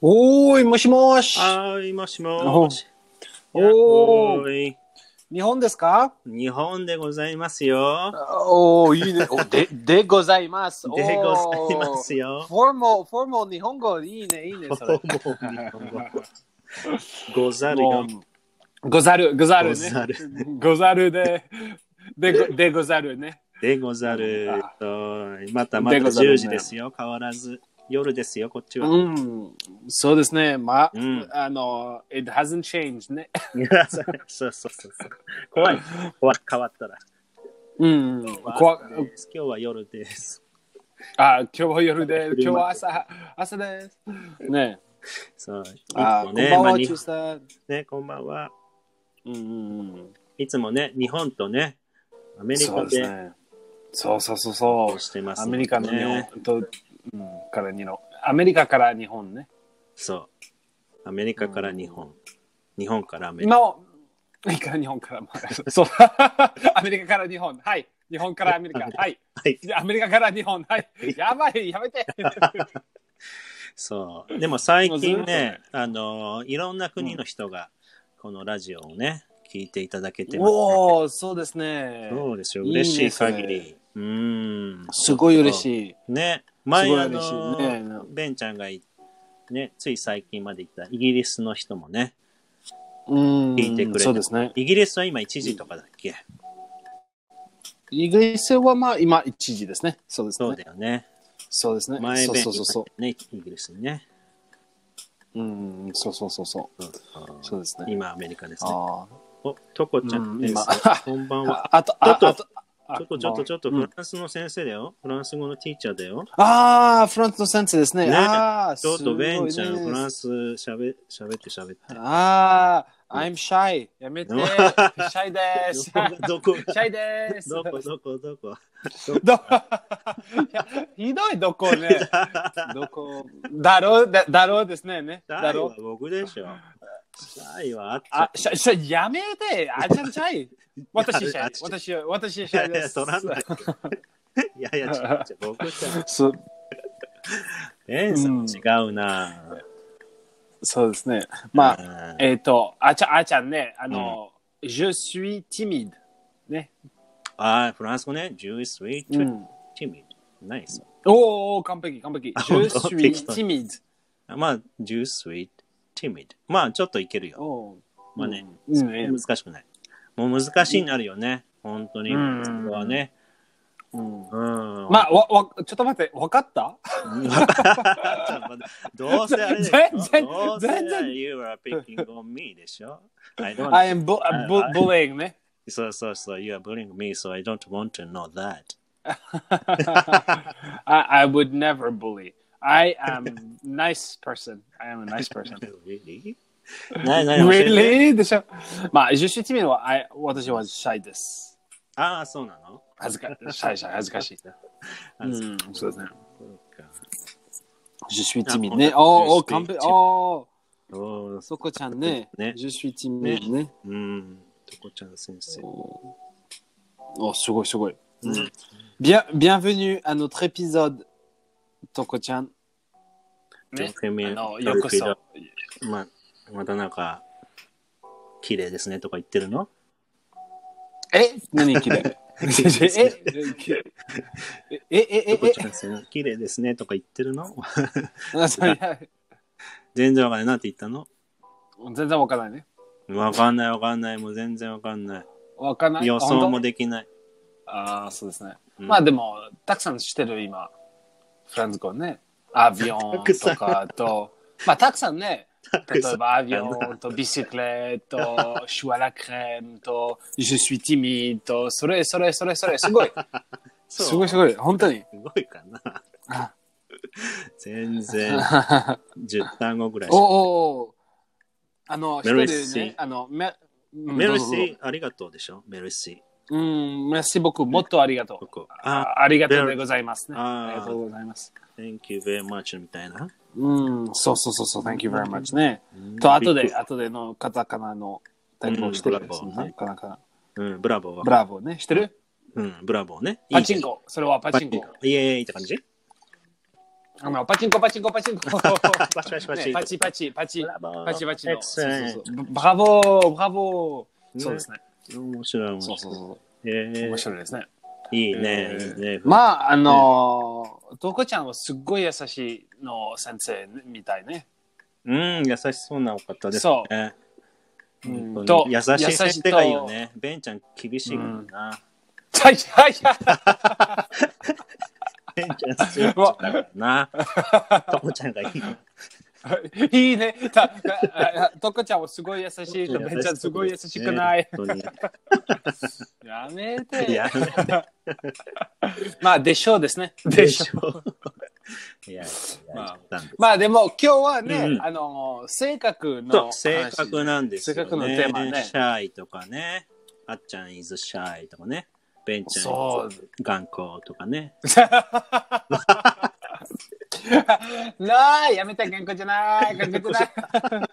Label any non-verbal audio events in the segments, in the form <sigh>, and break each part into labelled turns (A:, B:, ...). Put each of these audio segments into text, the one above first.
A: おーい、もしもーし。
B: はーい、もしもーし。
A: おー、
B: ーい。
A: 日本ですか
B: 日本でございますよ。
A: おー、いい
B: <laughs>
A: ね。おで、でございます。おー
B: でございます。よ。
A: フォーモー、フォーモー、日本語、いいね、いいね、それ。
B: ござるよ。
A: もうござる、ござ
B: ご
A: るね。
B: ざる。
A: ござるで、でご、でござるね。
B: でござる。はいまたまた
A: でござるね
B: 10時ですよ。変わらず。夜ですよ、こっちは。
A: うん、そうですね。まあ、
B: うん
A: あの、it hasn't changed ね。
B: <laughs> そうそうそうそう。怖い。怖い。変わったら。
A: うん、怖
B: 今日は夜です。
A: あ、今日は夜で、今日は朝、朝です。ね。
B: そう。いつ
A: あ、
B: も
A: こん
B: ね、
A: ばん
B: まあ
A: は、
B: に
A: チューさん。
B: ね、こんばんは。
A: うんうんうん。
B: いつもね、日本とね、アメリ
A: そ
B: カ
A: うです
B: で
A: ね。そうそうそうそう。
B: してま
A: ア
B: すもん
A: メ
B: ね
A: リカの日本と、うん、から日本。アメリカから日本ね。
B: そう。アメリカから日本。日本からアメリカ。
A: 今は、アメリカから日本から。そう。 <laughs> アメリカから日本。はい。日本からアメリカ。はい。
B: はい。
A: アメリカから日本。はい。やばい。やめ <laughs> て。
B: そう。でも最
A: も
B: 近
A: うずっ
B: ね、あのー、いろんな国の人が、このラジオをね、聞いていただけてますね、
A: おお、そうですね。
B: そうですよ。
A: いいね
B: 嬉しい限
A: そ
B: り。うーん。
A: すごい嬉しい。
B: い。ね。前、
A: すごい
B: あの
A: 嬉しいね
B: ー、ベンちゃんがい、ね、つい最近まで行ったイギリスの人もね、
A: うん。
B: 聞いてくれて
A: そうですね。
B: イギリスは今1時とかだっけ、
A: イギリスはまあ今一時ですね。そうです
B: そう
A: ね
B: だ。よね。
A: そうですね。
B: 前
A: そ
B: ベ
A: う
B: ン
A: そ
B: チ
A: うそうそ
B: ね、イギリスにね。
A: う。うん。そうそうそうそう。
B: そう
A: そうですね。
B: 今アメリカですね。
A: あ
B: お、トコちゃんです。
A: うん
B: こんばん
A: ー <laughs>
B: は。
A: ああと、あ
B: ちょっと
A: あと、あ
B: ちょっとちょっとちょっと
A: うん
B: フランスの先生だよ。フランス語のティーチャーだよ。
A: ああ、フランスの先生ですね。
B: ね
A: ああ、
B: ちょっとベンちゃん、
A: すごいね
B: フランスしゃべしゃべってしゃべって。
A: ああ、I'm shy. やめて。
B: うん
A: shy です。
B: <laughs> ど
A: <laughs>
B: こが
A: shy です。
B: どこどこどこ
A: ど <laughs> いやひどいどこね。どこだろうだだろうですね。ね
B: シャ
A: だ
B: イは
A: ろう。
B: 僕でしょ。シャイはあっち
A: あ、
B: ゃ
A: しゃ、しゃ、やめて。あちゃんちゃい。私、シャイ。私、私、シャイ
B: い
A: で
B: やいや、 <laughs>
A: す。
B: そらない。いやいや、違う違う。僕じゃん。
A: そ
B: ベンさん違うな。
A: そうですね。まあ、
B: あ、
A: えっ、と、あちゃん、あちゃんね、あの、je suis timide。ね。
B: あー、フランス語ね。Jewish sweet
A: うん
B: timid. ナイス。
A: おーおー、完璧、完璧。je
B: 本当
A: suis
B: 適当
A: timide。
B: まあ、juice, sweet, timid. まあ、ちょっといけるよ。
A: おー
B: まあね、
A: うん
B: そんな難しくない。もう難しいになるよね。本当に。
A: う
B: こ
A: ん
B: こはね。
A: うん
B: うん。
A: まあ、わ、わ、ちょっと待って、わかった
B: ちょっと待ってどうせあれでしょ
A: 全然
B: どうせ
A: 全然
B: You are picking on me でしょ I don't...
A: ?I am bu- bu-
B: I-
A: bullying ね。 <laughs>
B: そうそうそう。You are bullying me, so I don't want to know that.
A: I, I would never bully. I am nice person. I am a nice <laughs> person.
B: really? ないない。教え
A: <laughs>
B: て
A: really? でしょまあ、je suis timide は、I- 私は shy です。 <laughs>
B: ああ、そうなの
A: 恥ずか、shy, shy, 恥ずかしい。う
B: 恥ず
A: ん、そうですね。
B: そうか
A: Je suis timide Oh,
B: あ
A: ね。
B: 本当
A: おーおー、完璧。お
B: Je suis timide そう
A: ー、そこちゃんね。
B: ね
A: Oh, Je suis timide Oh, ね。
B: うん。とこちゃん先生。
A: おー、すごいすごい。
B: うん。
A: oh, Bien, bienvenue à notre épisode, Toko-chan.
B: ね、フェミ
A: あのようこそ。
B: まあ、またなんか、綺麗ですねとか言ってるの
A: え何
B: <laughs>
A: きれい <laughs> ええええ
B: ど
A: え
B: こ
A: え
B: ちゃんですよね綺麗ですねとか言ってるの <laughs>
A: あそういや
B: 全然わかんない。なんて言ったの
A: 全然わかんないね。
B: わかんないわかんない。もう全然わかんな
A: わかんない。
B: い。予想も
A: 本
B: できない。
A: 当ああ、そうですね。
B: うん
A: まあでも、たくさんしてる今、フランス語ね。アビオンとかと、まあたくさんね。例
B: くさん
A: えばアビオンとビシクレット、シュワラクレームと、ジュスイティミーと、それそれそれそれ、すごい。
B: そう
A: すごいすごい、本当に。
B: すごいかな <laughs>
A: あ。
B: 全
A: <laughs>
B: 然、10単語ぐらいし
A: お
B: か。
A: おおあの、一
B: メル
A: 人
B: シー
A: でね、あの、め、うん
B: メル
A: どうぞ
B: シ
A: どうぞ
B: ー、ありがとうでしょメルシー。
A: うん、メルシー僕、もっとありがとう
B: こ。こ。あ、
A: あありがとうでございますね。
B: あー
A: ありがとうございます。
B: Thank you very much みたいな。
A: うん、そうそうそうそう、Thank you very much ね。と、後で、後でのカタカナの対抗してるんです
B: うんブラボー
A: ね。カタカナ。
B: うん、ブラボーは
A: ブラボーね。してる
B: うん、ブラボーね。
A: パチン
B: コ。
A: コ。それはパ
B: パ
A: チ
B: チ
A: ン
B: ン
A: コ
B: コ。。イエーイって感じ
A: あのパチンコパチンコパチンコ。
B: <laughs> パチパチパチ。
A: ねパチパチパチ
B: ブラボー
A: パチパチの。そうそう
B: Excellent
A: そう。ブブラボーブラボー。
B: ね
A: そうですね。
B: 面白い面
A: そ
B: 白
A: う
B: い。
A: そうそ
B: へ
A: う。
B: え
A: 面白いですね。
B: いい
A: え
B: ね、いい
A: ー
B: ね。
A: まああのートコちゃんはすっごい優しいの先生みたいね。
B: うん、優しそうなお方です
A: そ
B: ね。
A: うん
B: 本当
A: と
B: に優しい先生がいいよ
A: 優し
B: ね。ベンちゃん厳しいもんな。
A: はいはいはい。
B: ベンちゃん強いだからな。とこちゃんがいいよ。
A: いいね。たああトコちゃんはすごい優しいと。めっちゃんすごい優しくない。
B: 本当に
A: やめて。
B: いや
A: まあでしょうですね。
B: でしょ。いや、いや
A: まあ
B: 冗談です
A: まあでも今日はね、
B: うん
A: あの性格
B: そう
A: の
B: 性格なんですよ、ね。
A: 性格のテーマね
B: シャイとかね。あっちゃん is shy とかね。ベンちゃん
A: そう
B: is 頑固とかね。
A: <laughs> なあやめて頑固じゃない頑固じゃ
B: <laughs>
A: ない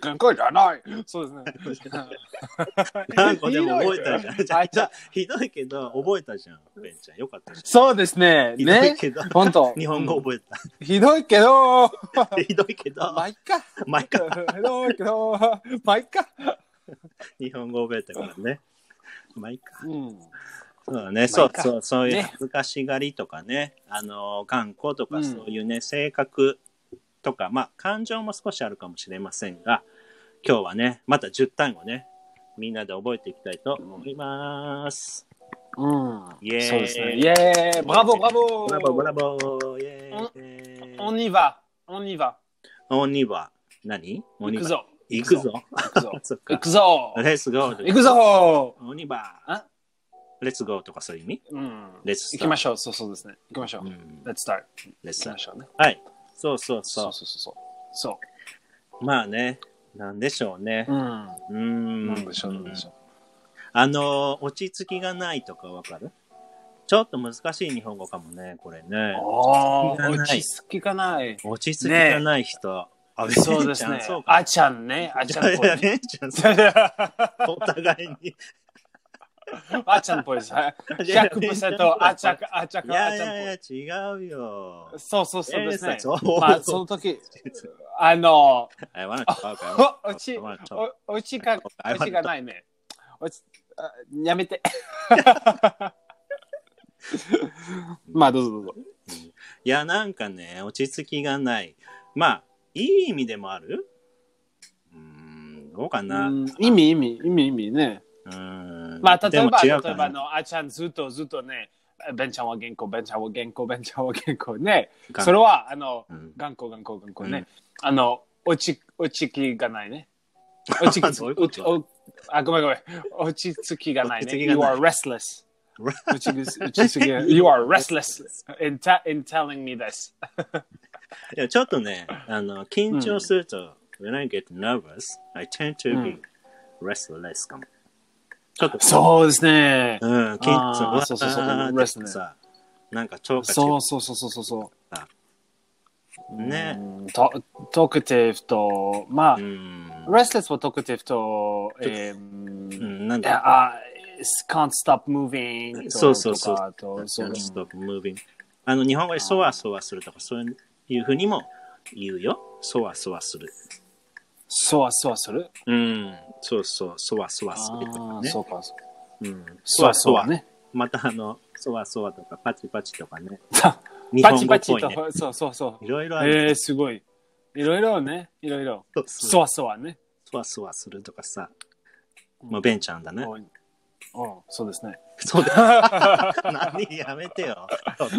A: 頑固じゃないそうですね
B: 頑固でも覚えたじゃん。じゃ
A: あ
B: あじゃあひどいけど、覚えたじゃん。ベンちゃん。よかったじ
A: そうですね
B: ゃん。ひどい
A: ね
B: けど。
A: 本当
B: 日本語覚え
A: <laughs>
B: た。
A: ひどいけど
B: ひどいけど、
A: まあいっか
B: 毎回
A: ひどいけどまあいっか
B: 日本語覚えたからね。毎回。
A: うん
B: そうだね。そう
A: 毎回
B: そう、そういう
A: ね
B: 恥ずかしがりとかね、あの、頑固と
A: う
B: か
A: ん
B: そういうね、性格とか、まあ、感情も少しあるかもしれませんが、今日はね、また10単語ね、みんなで覚えていきたいと思います。
A: うん
B: イエーイ
A: そうですねイエーイブラボーブラボー
B: ブラボー、ブラボー、イェーイ。
A: オンニバオンニバ
B: オニは何オニ
A: 行く。
B: は
A: ぞ
B: 行くぞ。
A: 行くぞ
B: そ
A: <laughs>
B: っ
A: 行
B: か。
A: くぞ
B: <laughs> レッツゴー。
A: 行くぞ
B: オニバー。
A: あ
B: レッツゴーとかそういう意味
A: うん
B: レッツ
A: 行きましょうそうそうですね行きましょう
B: う。ん
A: Let's start
B: レッ
A: 行き
B: ツ
A: ましょうね
B: はい。そうそう
A: そ
B: そう
A: そうそうそうそ
B: そう。まあね、なんでしょうね
A: う。うん
B: うーん。
A: なんでしょうなんでしょ
B: あの、落ち着きがないとかわかるちょっと難しい日本語かもね、これ
A: う
B: ね。
A: お
B: 落ち着きがない
A: ー落ち着きがない
B: 落ち着きがない人。あ、
A: そうですね
B: そうか。
A: あちゃん
B: <laughs>
A: ねあちゃんっぽい
B: ゃん、レンちゃん、そうお互いに。
A: <laughs> あちゃんっぽいですはい100%あちゃかあちゃ
B: <laughs> い
A: か
B: や
A: あ
B: い
A: ちゃんっぽい
B: やいや、違うよ。
A: そうそうそうですね
B: えーそう <laughs>
A: まあその時 <laughs> あの
B: I wanna talk about-
A: おうち
B: I wanna talk.
A: おおうちがおうちがないねおちあやめ
B: <laughs>
A: てまあどうぞどうぞ
B: いや、なんかね、落ち着きがない。まあ、いい意味でもあるうーん、どうかな。
A: う
B: うん
A: 意味意味意味意味ね。
B: ーん
A: まあ例えば
B: でも
A: 例
B: 違
A: え
B: うか
A: ばあ
B: な。
A: のあちゃんずっとずっとねベンちゃんは原稿ベンちゃんは原稿ベンちゃんは原稿ね
B: が
A: それはあの
B: うん <laughs>
A: 頑固頑固頑固
B: う
A: ね
B: ん
A: あの落ち落ちきがない
B: <laughs>
A: ね落ちき
B: どういうこと
A: おあごめんごめん落ち着きがないね
B: 落ち着き
A: You
B: がない
A: are restless 落ち <laughs> 落ち着きが You are restless in, ta- in telling me this
B: いやちょっとね、あの、緊張すると、when I get nervous, I tend to
A: う
B: be restless かも。ちょっと、
A: <laughs> そうですね
B: うん、緊
A: あ
B: 張
A: ーそうそうそう
B: わー
A: restless
B: ってさ、なんか超過
A: そうそうそうそうそうそう
B: ね。
A: うんトトクティブとまあ、
B: うん。
A: Restless は talkative と、えー
B: うん、なんだ
A: あ can't stop moving と
B: そうそうそう
A: とかあとそう
B: stop moving. あの、日本語でそわそわするとか、そういうふうにも言うよ。そわそわする。
A: そわそわする
B: うん。そうそう、そわそわす
A: あ
B: るとか
A: ー
B: ね。
A: そうか
B: うん。
A: そわそわ。ね
B: またあの、そわそわとか、パチパチとかね。
A: パ
B: 日
A: チ
B: 本
A: <laughs>
B: 語
A: パ
B: っ
A: チ
B: ぽい
A: と
B: ね。
A: そうそうそう
B: いろいろある。
A: えー、すごいいろいろねいろいろ
B: そうそう
A: そわそわね
B: そわそわするとかさ。まあ、ベンちゃんだね。
A: おいおうそうですね
B: そうだ。
A: <laughs>
B: <laughs> 何やめてよ。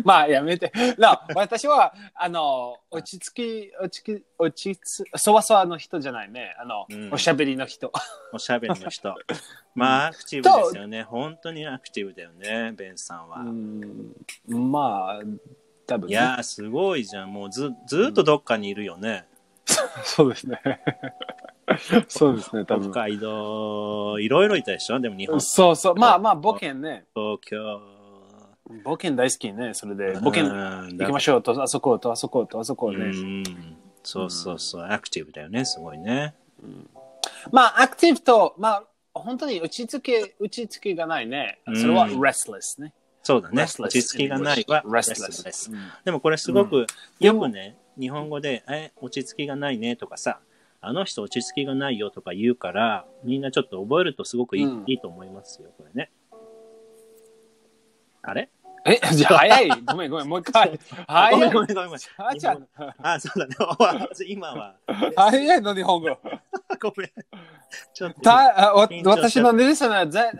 A: まあやめてな私はあの落ち着き落ち着き落ち着そわそわの人じゃないねあの、
B: うん
A: おしゃべりの人
B: おしゃべり
A: <laughs>
B: の人。まあ、アクティブですよね。本当にアクティブだよね、ベンさんは。
A: うんまあ、多分、
B: い
A: ね。
B: やー、すごいじゃん。もうず、ずーっとどっかにいるよね。
A: そうです
B: <laughs>
A: ね。そうですね、多分。
B: 北海道、いろいろいたでしょでも日本、
A: そうそう。まあまあ、冒険ね。
B: 東京。
A: 冒険大好きね、それで。冒険
B: 行
A: 行きましょうと、あそこと、あそこと、あそこ
B: う
A: ね。
B: ん。そうそうそう。アクティブだよね。すごいね。
A: まあ、アクティブと、まあ、本当に打ちつけ、打ちつけがないね。それは
B: うん
A: restless ね。
B: そうだね。
A: Restless
B: 落ち着きがないは restless です。でもこれすごく、よくね、日本語で、え、落ち着きがないねとかさ、あの人落ち着きがないよとか言うから、みんなちょっと覚えるとすごくいい,、
A: うん
B: いいと思いますよ、これね。あれ
A: え、じゃあ早い。ごめんごめん、もう一回。
B: ご
A: 早
B: めん
A: い。
B: ごめんごめん。
A: あーちゃん。
B: あ、そうだね。おわ今は、
A: 早いの日本語。
B: ごめん。ちょっと。
A: たあわ
B: 緊張しちゃう
A: 私のリスナーぜ、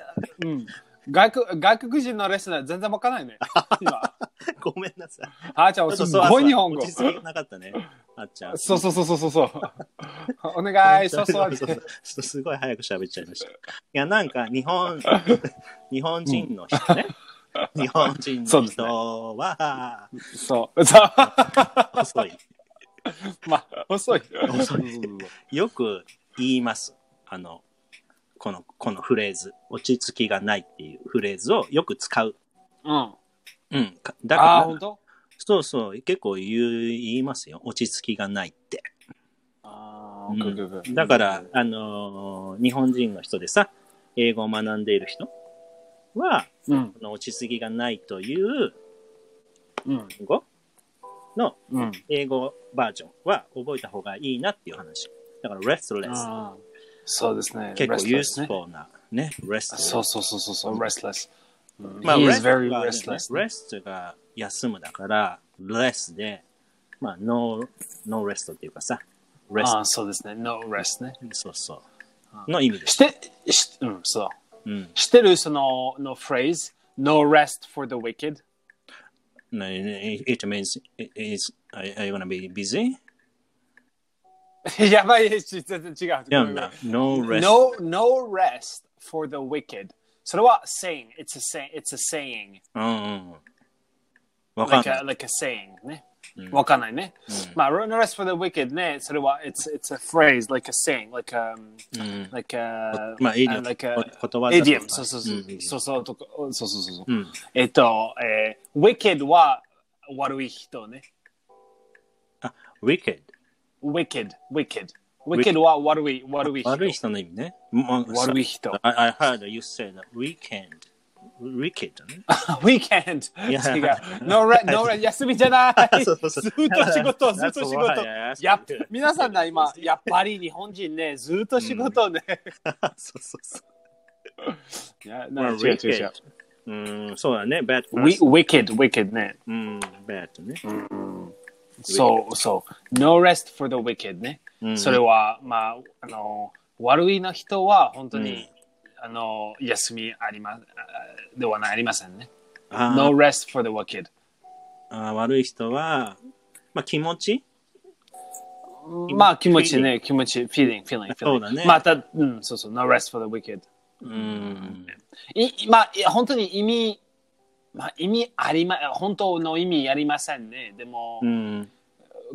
A: うん、外国外国人のリスナー全然わかんないね。今
B: ごめんなさい。
A: あーちゃん、
B: そ
A: す
B: うそう
A: ごい日本語
B: 落。ち着きなかったね。あっちゃん。
A: そうそうそうそうそうそう。お願い、そうそう。
B: そうすごい早く喋っちゃいました。いや、なんか
A: <laughs>
B: 日本、日本人の人ね。日本人
A: そ
B: の
A: うですね
B: 人は
A: そう。そう
B: 遅い。
A: <laughs> まあ、遅い。
B: 遅いよく言います。あの、この、このフレーズ。落ち着きがないっていうフレーズをよく使う。
A: うん。
B: うん。かだ
A: ああ、
B: か
A: 本
B: ら、
A: 当
B: そうそう、結構言う言いますよ。落ち着きがないって。
A: あ
B: うん
A: ーオッケーオッケー
B: だから、あのー日本人の人でさ、英語を学んでいる人は、
A: うん、
B: この落ち着きがないという
A: うん、
B: 言語の
A: うん。
B: 英語バージョンは覚えた方がいいなっていう話。だから、restless。
A: あーそうですね。
B: 結構
A: restless ね
B: useful なね、restless。
A: そうそうそうそうそう、restless。うん
B: まあ、
A: He
B: Mm. rest
A: is very
B: はね
A: restless.
B: rest が休むだから、rest で、まあ、no, no rest っていうかさ、
A: あ
B: rest。
A: あ、そうですね。no rest ね。
B: そうそう。の意味です。
A: して、しうん、そう。
B: うん。
A: 知ってるその、のフレーズ ?No rest for the wicked? <laughs>
B: No, It means, it is, are are you gonna be busy?
A: やばい、全然違う。
B: でもな no rest.
A: no, no rest for the wicked. それは saying. It's a, say, it's a saying.
B: うんうんうん。わかん
A: Like
B: な
A: a,
B: い。
A: like a saying. ね。
B: Mm.
A: わかんないね。まあ、no rest for the wicked ね。それは、it's, it's a phrase, like a saying, like a,
B: うん。
A: like a,
B: まあ、イディオ
A: and
B: ム
A: like a,
B: 言葉だとか
A: idiom. そうそうそう。
B: ん
A: そうそうとかそうそうそうそう。
B: うん。
A: えっと、えー、wicked eh, は悪い人ね。
B: あ、wicked。
A: wicked, wicked. wicked は悪い、悪い人。
B: 悪い人の意味ね。まあ
A: 悪い人
B: さ I, I heard you say that weekend. wicked ね。
A: <laughs> weekend!
B: や
A: 違う。no rest, no
B: <laughs>
A: rest, 休みじゃないず
B: そ
A: っ
B: う
A: と
B: そう <laughs> そう
A: 仕事、ずっと仕
B: <laughs> That's why
A: 事
B: I。asked
A: やっ
B: you.
A: 皆さんな、今、やっぱり日本人ね、ずっと仕事ね。
B: <laughs> そうそうそう。
A: いや
B: ま
A: な
B: あ
A: 違う違う違う。
B: う。うん、そうだね。bad
A: We-
B: person。
A: wicked, wicked ね。
B: うん、bad ね。
A: そうそう。No rest for the wicked ね。
B: うん
A: それは、まあ、あの、悪いの人は本当に、あの、休みありま、あではないありませんね。
B: あー
A: No rest for the wicked.
B: あー悪い人は、まあ気持ち
A: まあ気持ちね、気持ち、feeling, feeling, feeling.
B: そうだね
A: また、うん、そうそう、no rest for the wicked.
B: うん。
A: いまあ、いや本当に意味、まあ意味ありま、本当の意味ありませんね。でも、
B: うん。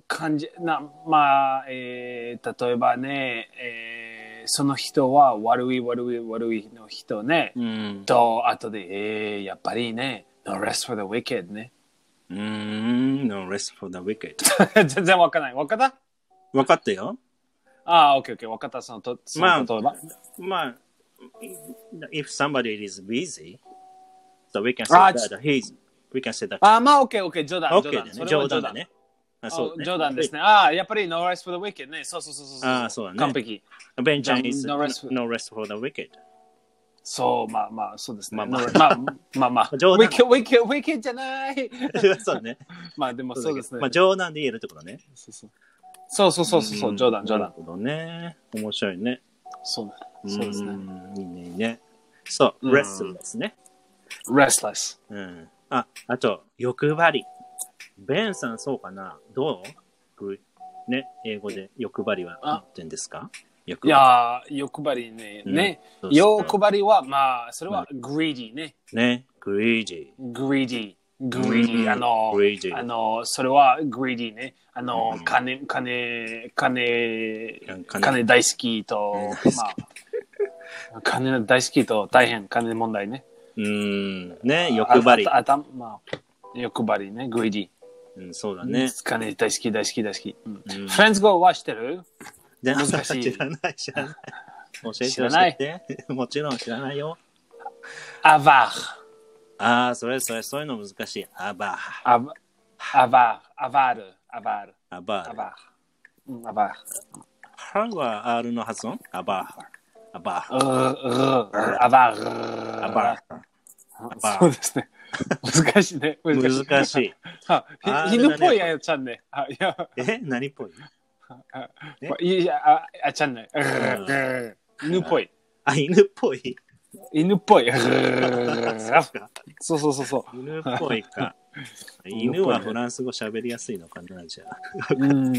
A: 感じ、な、まあ、えー例えばね、えーその人は悪い悪い悪いの人ね。
B: うん。
A: と、あとで、えーやっぱりね、no rest for the wicked ね。 <laughs>
B: うん。No rest for the wicked.
A: 全然わかんない。わかった
B: 分かったよ。
A: ああ、オッケーオッケー。わかった。そのと、その
B: まあ
A: 例えば。
B: まあ、if somebody is busy, so we can
A: あ
B: say
A: ち
B: that he's, we can say that.
A: ああ、まあ、オッケーオッケー。冗談、
B: OK
A: 冗
B: だ
A: 談。それ。は
B: よね冗談だね。あ
A: そ
B: そう
A: う
B: ね
A: 冗談ですね。ああ、やっぱり No Rest for the Wicked ね。そうそうそうそう。
B: あーそうだね
A: 完璧。
B: ベンチャー is
A: じゃあ
B: no
A: no rest-
B: rest for
A: <laughs>
B: the wicked.
A: そう、まあまあ、そうですね。
B: ま
A: ま
B: あ
A: あ
B: ま
A: ま
B: あ
A: あ、まあまあ、まあ、
B: 冗談
A: Wicked、Wicked、Wicked じゃない。
B: そうね。
A: まあでもそうですね。
B: まあ冗談で言えるってことね。
A: そうそうそうそうそうそうそう、冗談、冗
B: なる
A: 談。
B: ほどね。面白いね。
A: そうねそうですね。
B: ん。いいね、いいね。そう、
A: うん
B: rest ですね。
A: Restless。
B: うん。あ、あと、欲張り。ベンさん、そうかなどうぐね、英語で欲張りは言ってんですか欲
A: いやー、欲張りね。
B: うん
A: ね。
B: そうそう
A: 欲張りは、まあ、それは greedy ね。
B: ね、greedy。
A: greedy。
B: うん
A: greedy。あの
B: greedy、
A: あの、それは greedy ね。あ
B: う
A: の
B: ん、
A: 金、金、金、
B: 金
A: 金大好きと、まあ、金大好きと大変、金問題ね。
B: うん。ね、欲張り
A: あ。あたまあ、欲張りね、greedy。
B: うん、そうだね。
A: 金大好き、大好き、大好き。うん
B: うん
A: フランス語は知ってる
B: で
A: 難しい
B: 知らない、知らない。教えて、
A: 知らない
B: 教えて。もちろん知らないよ。
A: アバ
B: ああ、それそれ、そういうの難しい。アバー。
A: アバアバー、アバール、アバール、
B: アバ
A: ア
B: ー。
A: バー。うん、アバ
B: ハは R の発音アバー。アバー。
A: ー。うーうーアバー。
B: アバー。バー
A: そうですね。難しいね。
B: 難しい。
A: は
B: あー
A: ひ犬っぽい
B: あれ
A: あちゃんね。あいや、
B: え何っぽいね
A: いやいや、ああちゃんね。犬っぽい。
B: あ、犬っぽい
A: 犬っぽい。
B: そう <laughs> か
A: そうそうそうそ
B: 犬っぽいか。犬はフランス語喋りやすいのかなじゃあ。
A: う。
B: <laughs>
A: うん。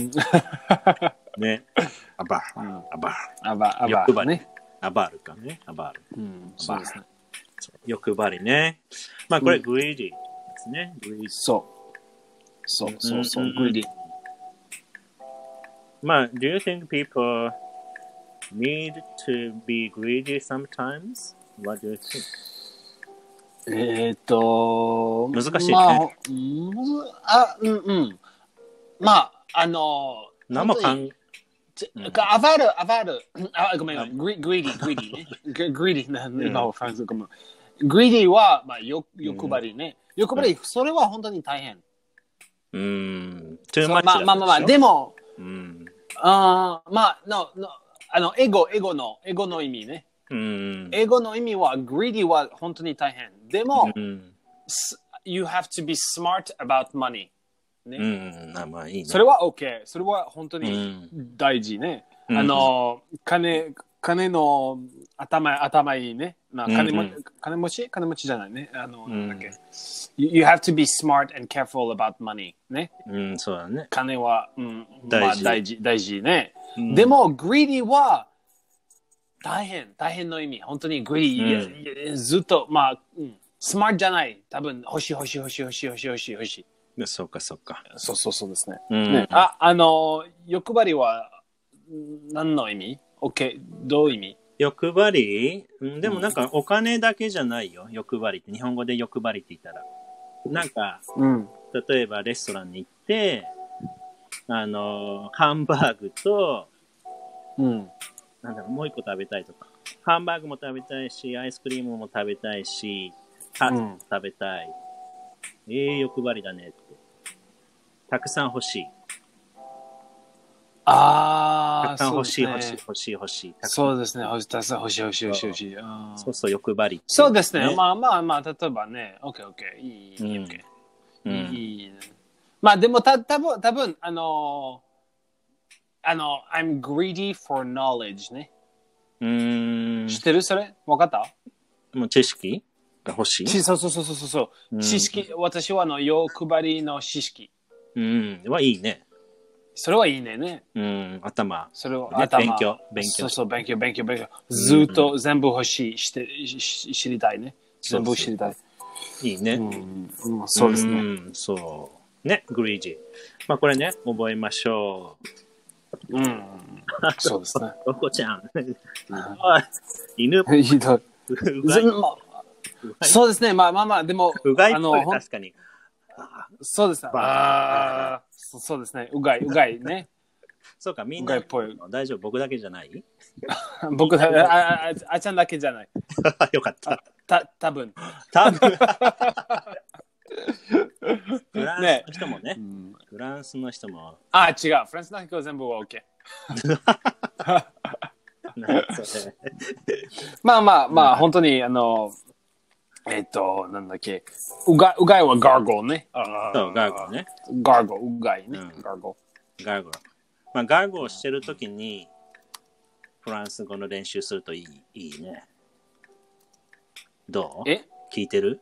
B: ね。アバー。
A: うん
B: アバー。
A: あば、あ
B: 欲張
A: ば
B: り
A: ね。
B: アバールかね。アバール。
A: うん、そうですね。
B: 欲張りね。まあこれ、
A: うん
B: グリーディですね。グリーディ。
A: そう。そうそうそうう、
B: ん
A: グリー。
B: まあ、do you think people need to be greedy sometimes? What do you think?
A: えーっと、
B: 難しいね
A: まあ、うんあ、うんうん。まあ、あの、
B: 何も考
A: 本当に
B: え
A: ち
B: うん
A: あばる、あばる。うんあ、ごめんごめん。グ
B: は
A: リグリーディ、グリーディ <laughs> ね。ググリーディな、
B: ん
A: 今はフランス語も。グリーディは、まあ、よ欲張りね。欲張り、それは本当に大変。
B: うーん。too
A: そう
B: much
A: まあまあまあまあ、で
B: も、
A: も、
B: うん。
A: あーまあ、の、の、あの、エゴ、エゴの、エゴの意味ね。
B: うん。
A: 英語の意味は、グリーディは本当に大変。でも、
B: うん。
A: s- you have to be smart about money。
B: うん。あまあいいね。
A: それは OK。それは本当
B: う
A: に
B: ん。
A: 大事ね。
B: うん
A: あの、金、金の頭、頭いいね。な金も、
B: うんうん
A: 金持ち金持ちじゃないね。あの、
B: ん
A: なんだっけ。You you have to be smart and careful about money. ね。
B: うん、そうだね。
A: 金は、うん、ま
B: 大
A: あ
B: 事
A: 大事、大事ね。
B: うん
A: で、も、greedy は、大変、大変の意味。本当に greedy、
B: うん
A: いやいやずっと、まあ、うん、スマートじゃない。多分、欲しい欲しい欲しい欲しい欲しい欲しい欲しい。
B: そうか、そうか。
A: そうそうそうですね。
B: うん
A: ね、あ、あの、欲張りは、ん何の意味 ?OK、どういう意味
B: 欲張りうんでもなんかお金だけじゃないよ。欲張りって。日本語で欲張りって言ったら。なんか、
A: うん。
B: 例えばレストランに行って、あの、ハンバーグと、
A: うん。
B: なんだろう、もう一個食べたいとか。ハンバーグも食べたいし、アイスクリームも食べたいし、パスタも食べたい。ええ欲張りだねって。たくさん欲しい。た
A: ああ、
B: くさん欲しい、
A: そう
B: 欲
A: で
B: しい、
A: すね
B: 欲しい、欲しい。たくさん
A: そうですね。欲しい、たくさん欲しい、欲しい、欲しい、欲しい。あー
B: そうそう、欲張りって。
A: そうですね。
B: あ、
A: まあまあまあ、例えばね、OK、OK、いい、
B: うん
A: いい、OK。
B: う
A: いい
B: ん。
A: いいねまあでもた多分多分あのーあの I'm greedy for knowledge ね。
B: うーん
A: 知ってるそれわかった
B: もう知識が欲しい
A: ちそうそうそうそうそうそううん知識、私はあの欲張りの知識。
B: うん。はいいね。
A: それはいいねね。
B: うん。頭。
A: それを
B: ね
A: 頭、
B: 勉強勉強
A: そうそう、勉強、勉強、勉強。ずっと全部欲しい、してしし知りたいね。
B: そう
A: 全部知りたい。
B: いいね。
A: うんうんそうですね。
B: ん。そう。ね、グリージー。まあこれね、覚えましょう。
A: うん。そうですね。
B: ロコちゃん。 <laughs> おい
A: <laughs>
B: 犬、う
A: ひどい。
B: がい、
A: ずまあそうですね。まあまあまあ、でも、
B: うがいっ
A: あ
B: ぽ
A: の、
B: い、
A: ほん
B: 確かに。
A: そうですね。ああ、そそうですね。うがい、うがいね。 <laughs>
B: そうか、みん
A: うがい
B: な
A: っぽい。
B: 大丈夫、僕だけじゃない
A: <laughs> 僕だ、ああああちゃんだけじゃない。
B: よかった。
A: た、多分。
B: 多分フランスの人もね、
A: ん
B: フランスの人も、
A: あ、違う。フランスの人は全部は OK。
B: なんかそれ
A: まあまあまあ、本当に、あの、えっと、なんだっけ。うがうがいはガーゴーね。
B: そう、ガーゴね。
A: ガーゴー、うがいね
B: うん。
A: ガーゴ
B: ガーゴ。まあ、ガーゴをしてるときに、フランス語の練習するといい、いいね。どう
A: ー。え
B: 聞いてる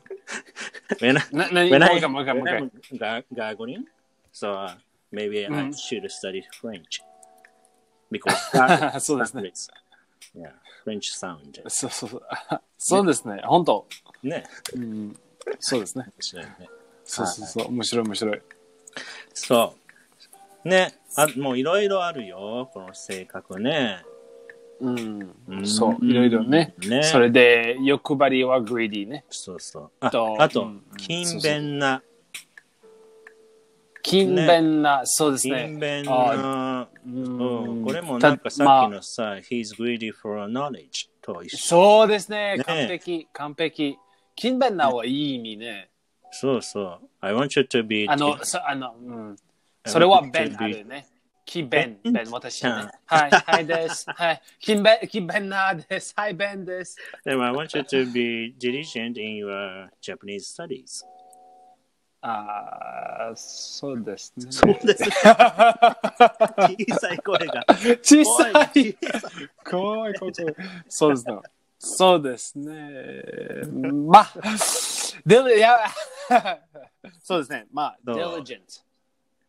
B: <laughs> When I,
A: な、なに、もう
B: when
A: 一
B: I,
A: 回、もう一回、もう一回。
B: when I'm gar- gargling, so uh, maybe I
A: うん
B: should study
A: <laughs>
B: French. Because gar-
A: そうですね
B: Yeah, French sound.
A: そうそう <laughs> そう。そうですね。本当。
B: ね。
A: うん。そうですね。
B: 面白いね
A: そうそうそう。面白い、面白い。
B: そう。ね。あもういろいろあるよ、この性格ね。
A: う、
B: うんん
A: そう、いろいろね。
B: ね
A: それで、欲張りはグリーディね。
B: そうそう。あ
A: と
B: あ
A: う
B: と
A: ん、
B: 勤勉な、
A: 勤勉な、そうです
B: 勤
A: ね。
B: 勉
A: あ
B: な、うん、これも
A: た
B: なんかさっき
A: まあ
B: のさ、he's greedy for knowledge と一緒。
A: そうですね
B: ね。
A: 完璧、完璧。勤勉なはいい意味ね。
B: そうそう。I want you to be
A: あの、そあの、うん。それは弁あるね。勤勉、
B: 弁
A: 弁、私ね
B: うん。
A: はい、はいです。 <laughs> はい。勤勉、勤勉なです。はい、弁です。
B: でも I want you to be diligent in your Japanese studies. <laughs>
A: ああ、そうですね。
B: そうです。 <laughs> 小さい声が。
A: 小
B: 怖
A: さい。
B: 小さい
A: 怖いこと。そうですね。そうですね。まあ、でも、いや、そうですね。まあ、
B: どう
A: diligent。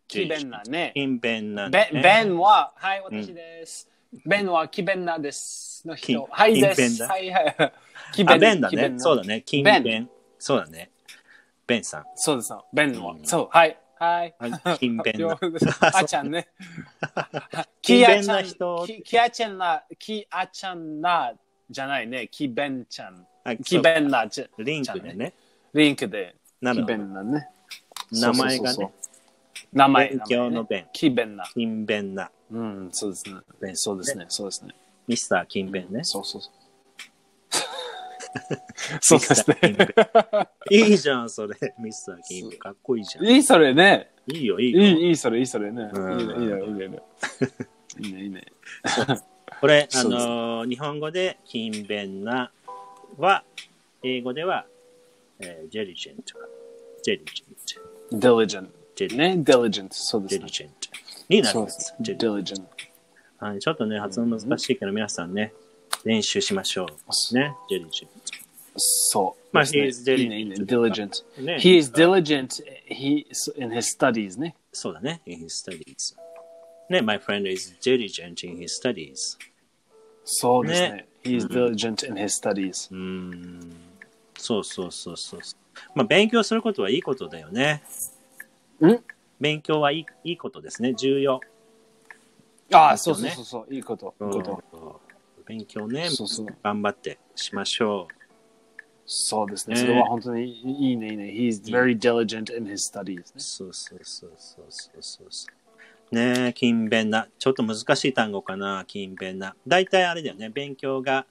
A: 勤勉なね。
B: 勤勉な、
A: べ
B: ね。
A: 弁は、はい、私です。弁は、勤勉なです。の
B: 勤
A: 人。はい、で
B: 勤勉
A: す。
B: だ
A: はい、はい。勤
B: あ、弁だ
A: 勤
B: ね。
A: な
B: そうだね。勤勉。そうだね。弁さん。
A: そうですよ。ベンは。
B: うん
A: そう。はい。はい。
B: はい勤勉な <laughs>
A: あちゃんね。
B: 勤勉な人
A: キキアちゃんな、キアちゃんな、じゃないね。キベンちゃん。
B: あ
A: キベンな、じゃ
B: そうリンクで。ね。
A: リンクで。
B: な
A: キ
B: るほ
A: ベ
B: ど。
A: ンなね。
B: 名
A: そう
B: 前が
A: そうそう
B: ね。
A: そう。名前。
B: 勉強の
A: 名
B: 弁
A: 前ねキベンな。
B: 勤勉な。
A: うん、そうですね。
B: 弁
A: そうですね。そうですね。
B: ミスター勤勉ね。
A: そうそうそう。 <laughs> そうですね。
B: <laughs> いいじゃん、それ。ミスター勤勉。かっこいいじゃん。い
A: いい、それね。
B: いよ、
A: <laughs>
B: いい
A: い
B: よ。
A: い、いい、それ、いい、それね。
B: うん
A: いいね、いいね、いいねいいね。いいね、いいね。
B: これ、あ
A: そうです
B: のー、日本語で勤勉なは、英語では、えー、ジェリジェント。ジェリジェント。
A: diligent
B: ジェリ
A: ね diligent そうです
B: ジェリ
A: ね
B: ジェント。になり
A: そう
B: ま
A: ですす。
B: ジェリ
A: diligent
B: はい、ちょっとね、発音難しいけど、皆さんね、練習しましょう。ね、ジェリジェント。
A: そう
B: まあ
A: ですね
B: he is diligent
A: いいねいいね diligent
B: ね
A: he is diligent he in his studies ね
B: そうだね、in his studies。ね、my friend is diligent in his studies。
A: そうですね
B: ね
A: he is diligent in his studies
B: うーん、そうそうそうそう。まあ、勉強することはいいことだよね。
A: ん
B: 勉強はいいいいことですね、重要。
A: ああそうそうそうそういいこといいこと
B: うん勉強ね、
A: そうそう
B: 頑張ってしましょ
A: そうですね
B: ね
A: それは本当にいいねいいね he is very diligent in his studies
B: う。
A: ね
B: そうそうそうそうそうそうそう。ねえ、勤勉な。ちょっと難しい単語かな、勤勉な。大体あれだよね、勉強が、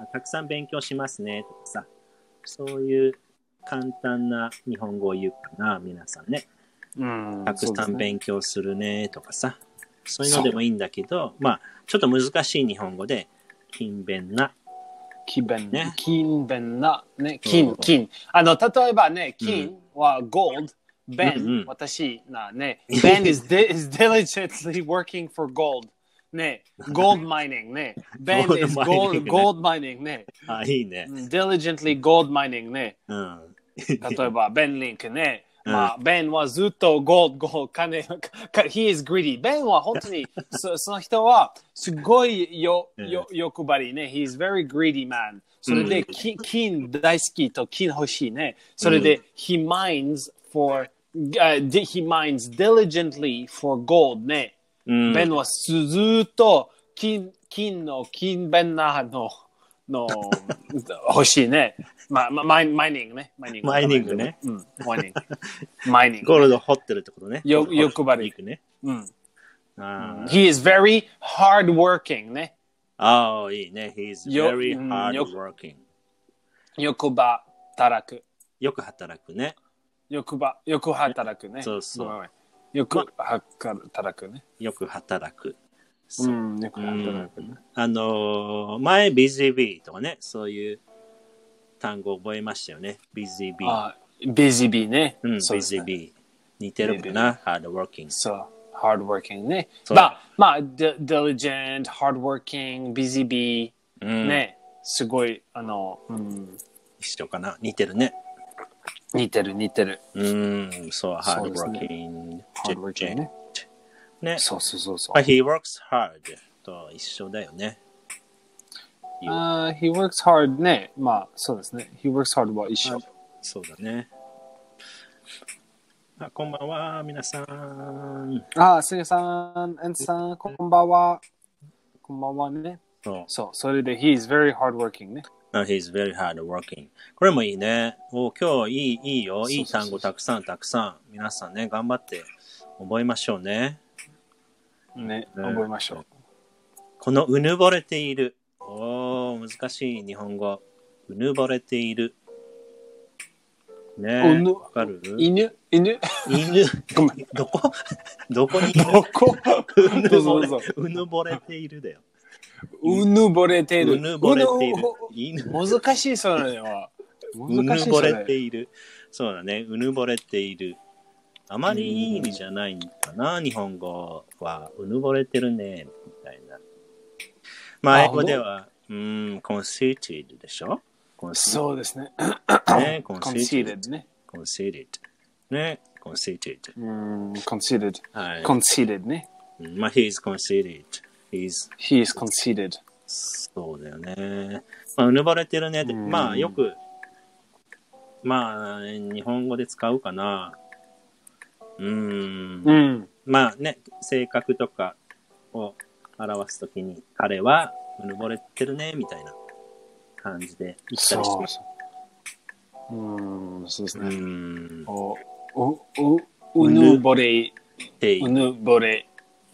B: あたくさん勉強しますね、とかさ。そういう簡単な日本語を言うかな、皆さんね。
A: うん
B: たく
A: そうで
B: さ
A: す
B: ん
A: ね
B: 勉強するねとかさ、そういうのでもいいんだけど、まあ、ちょっと難しい日本語で、勤勉な。
A: 勤勉
B: ね
A: 勤勉な、ね、
B: う
A: 金
B: ん、
A: 金。あの、例えばね、金は gold、
B: う
A: ben、
B: んうん
A: 私なね、ben is, di- is diligently working for gold。ね、gold mining
B: <laughs>
A: ね、ben
B: Gold
A: is
B: mining
A: gold,
B: ね
A: gold mining
B: <laughs>
A: ね、
B: あ、いいね。
A: diligently gold mining ね、
B: うん。
A: 例えば ben link ね、
B: うん
A: まあ、ben はずっと gold, gold, 金、か he is greedy。ben は本当
B: <laughs>
A: に、そその人はすごいよ、よ、欲張りね。he is very greedy man。それ
B: うん
A: で、き金大好きと金欲しいね。それで、he mines for, uh, di- he mines diligently for gold ね。
B: うん、
A: ben はすずっと金、金の、金弁なの、の、欲しいね。まあ、まあ、マイマイニングね。マイニング。
B: マイニングね。
A: うん、マイニング。マイニン
B: ゴー
A: グ。
B: ルド掘ってるってことね。
A: よ
B: ゴールド掘
A: 欲張
B: って
A: り
B: いくね。
A: うん。
B: あー
A: He is very hard working ね。
B: あー、いいね。He's
A: よ
B: very
A: うん
B: hard
A: よ
B: working.
A: 欲ば働く。
B: よく働くね。
A: 欲ば、欲働くね。
B: そうそう
A: ごめんごめん。欲働くね。、
B: よく働く。そううん
A: 欲働くね。
B: あのー前、busy bee とかね、そういう単語覚えましたよね。busy bee。
A: あ、busy bee ね。
B: うん、
A: そうですね
B: busy bee。似てるかな ?hard working。
A: そう、hardworking ね。
B: そう
A: まあ、まあ、di- diligent、hardworking、busy bee、
B: うん
A: ね、すごい、あの、うん、
B: 一緒かな似てるね。
A: 似てる似てる。
B: うーん、そう、
A: そ
B: hard
A: うですね
B: working。
A: hardworking ね。
B: ね。
A: そうそうそうそう
B: まあ、。he works hard と一緒だよね。
A: あー he works hard ね。まあ、そうですね。he works hard は一緒。
B: そうだね。あこんばんは、皆さん。
A: あー、すげさん、エンツさん、こんばんは。こんばんはね。
B: そう。
A: そう、それで、he is very hardworking ね。
B: あ he's very hard working. これもいいね。お今日いい、いいよ。いい単語たくさん、たくさん。皆さんね、頑張って覚えましょうね。
A: ね、覚えましょう。
B: このうぬぼれている。おー、難しい日本語。うぬぼれている。
A: う
B: ねえ。
A: ぬ
B: わかる
A: 犬犬
B: 犬、
A: ごめん。
B: どこど <laughs> こ
A: <laughs>
B: に
A: どこ
B: うぬ
A: どうぞ
B: ぼ
A: どうぞ
B: れ、うぬぼれているだよ。
A: うぬぼれている。
B: うぬぼれていうる
A: ぬ。
B: 犬、
A: 難しいそれは。
B: う
A: 難
B: ぬ
A: しい
B: ぼ
A: それ
B: れている。そうだね。うぬぼれている。あまりいい意味じゃないんかな、日本語は。うぬぼれてるね、みたいな。ま
A: あ
B: あ、英語では、うん、conceited でしょ
A: そうですね。<coughs>
B: すね。conceited。
A: conceded ね。
B: conceited。ね、conceited。
A: うん、conceded。
B: はい。
A: conceded ね。
B: うんまあ、he's conceited. He's
A: He is conceded.
B: そうだよね。まあ、うぬぼれてるねって、
A: うん
B: まあ、よく、まあ、日本語で使うかな。うーん。
A: うん。
B: まあね、性格とかを表すときに、彼はうぬぼれてるね、みたいな感じで言った
A: そ
B: りし
A: う
B: ます。
A: そう。うん、そうです
B: う
A: ね。
B: ーん。
A: おうううぬぼれ、
B: ていう
A: ぬぼれ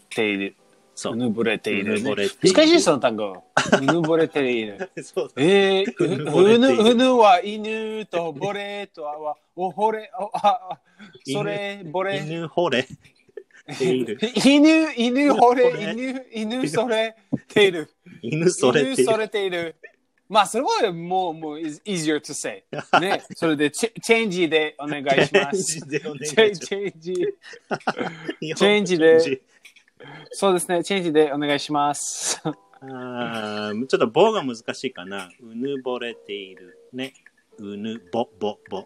A: ている。
B: そうう。
A: ぬぼれている
B: うぬぼ
A: ね。
B: れている
A: 難しいその単語。うぬぼれている。
B: <laughs> そうだ
A: ええ
B: うぬぼれ
A: う
B: て
A: ぬ
B: いる
A: うぬは犬とぼれとはおほれおああ
B: 犬
A: それぼれ
B: 犬
A: <laughs>
B: 惚れている。
A: 犬犬ほ
B: ほ
A: れ
B: れ
A: 犬犬それている
B: 犬それ
A: 犬
B: てい
A: そ
B: る。
A: れているまあそれはもうもう is easier to say ね
B: <laughs>
A: それでチェチェンジでお願いします
B: チェンジでお願い
A: チェ
B: します
A: チェンジ
B: 日本語
A: チェンジでそうですねチェンジでお願いします
B: あーちょっと棒が難しいかな。うぬぼれている。ね。うぬぼ、ぼ、ぼ。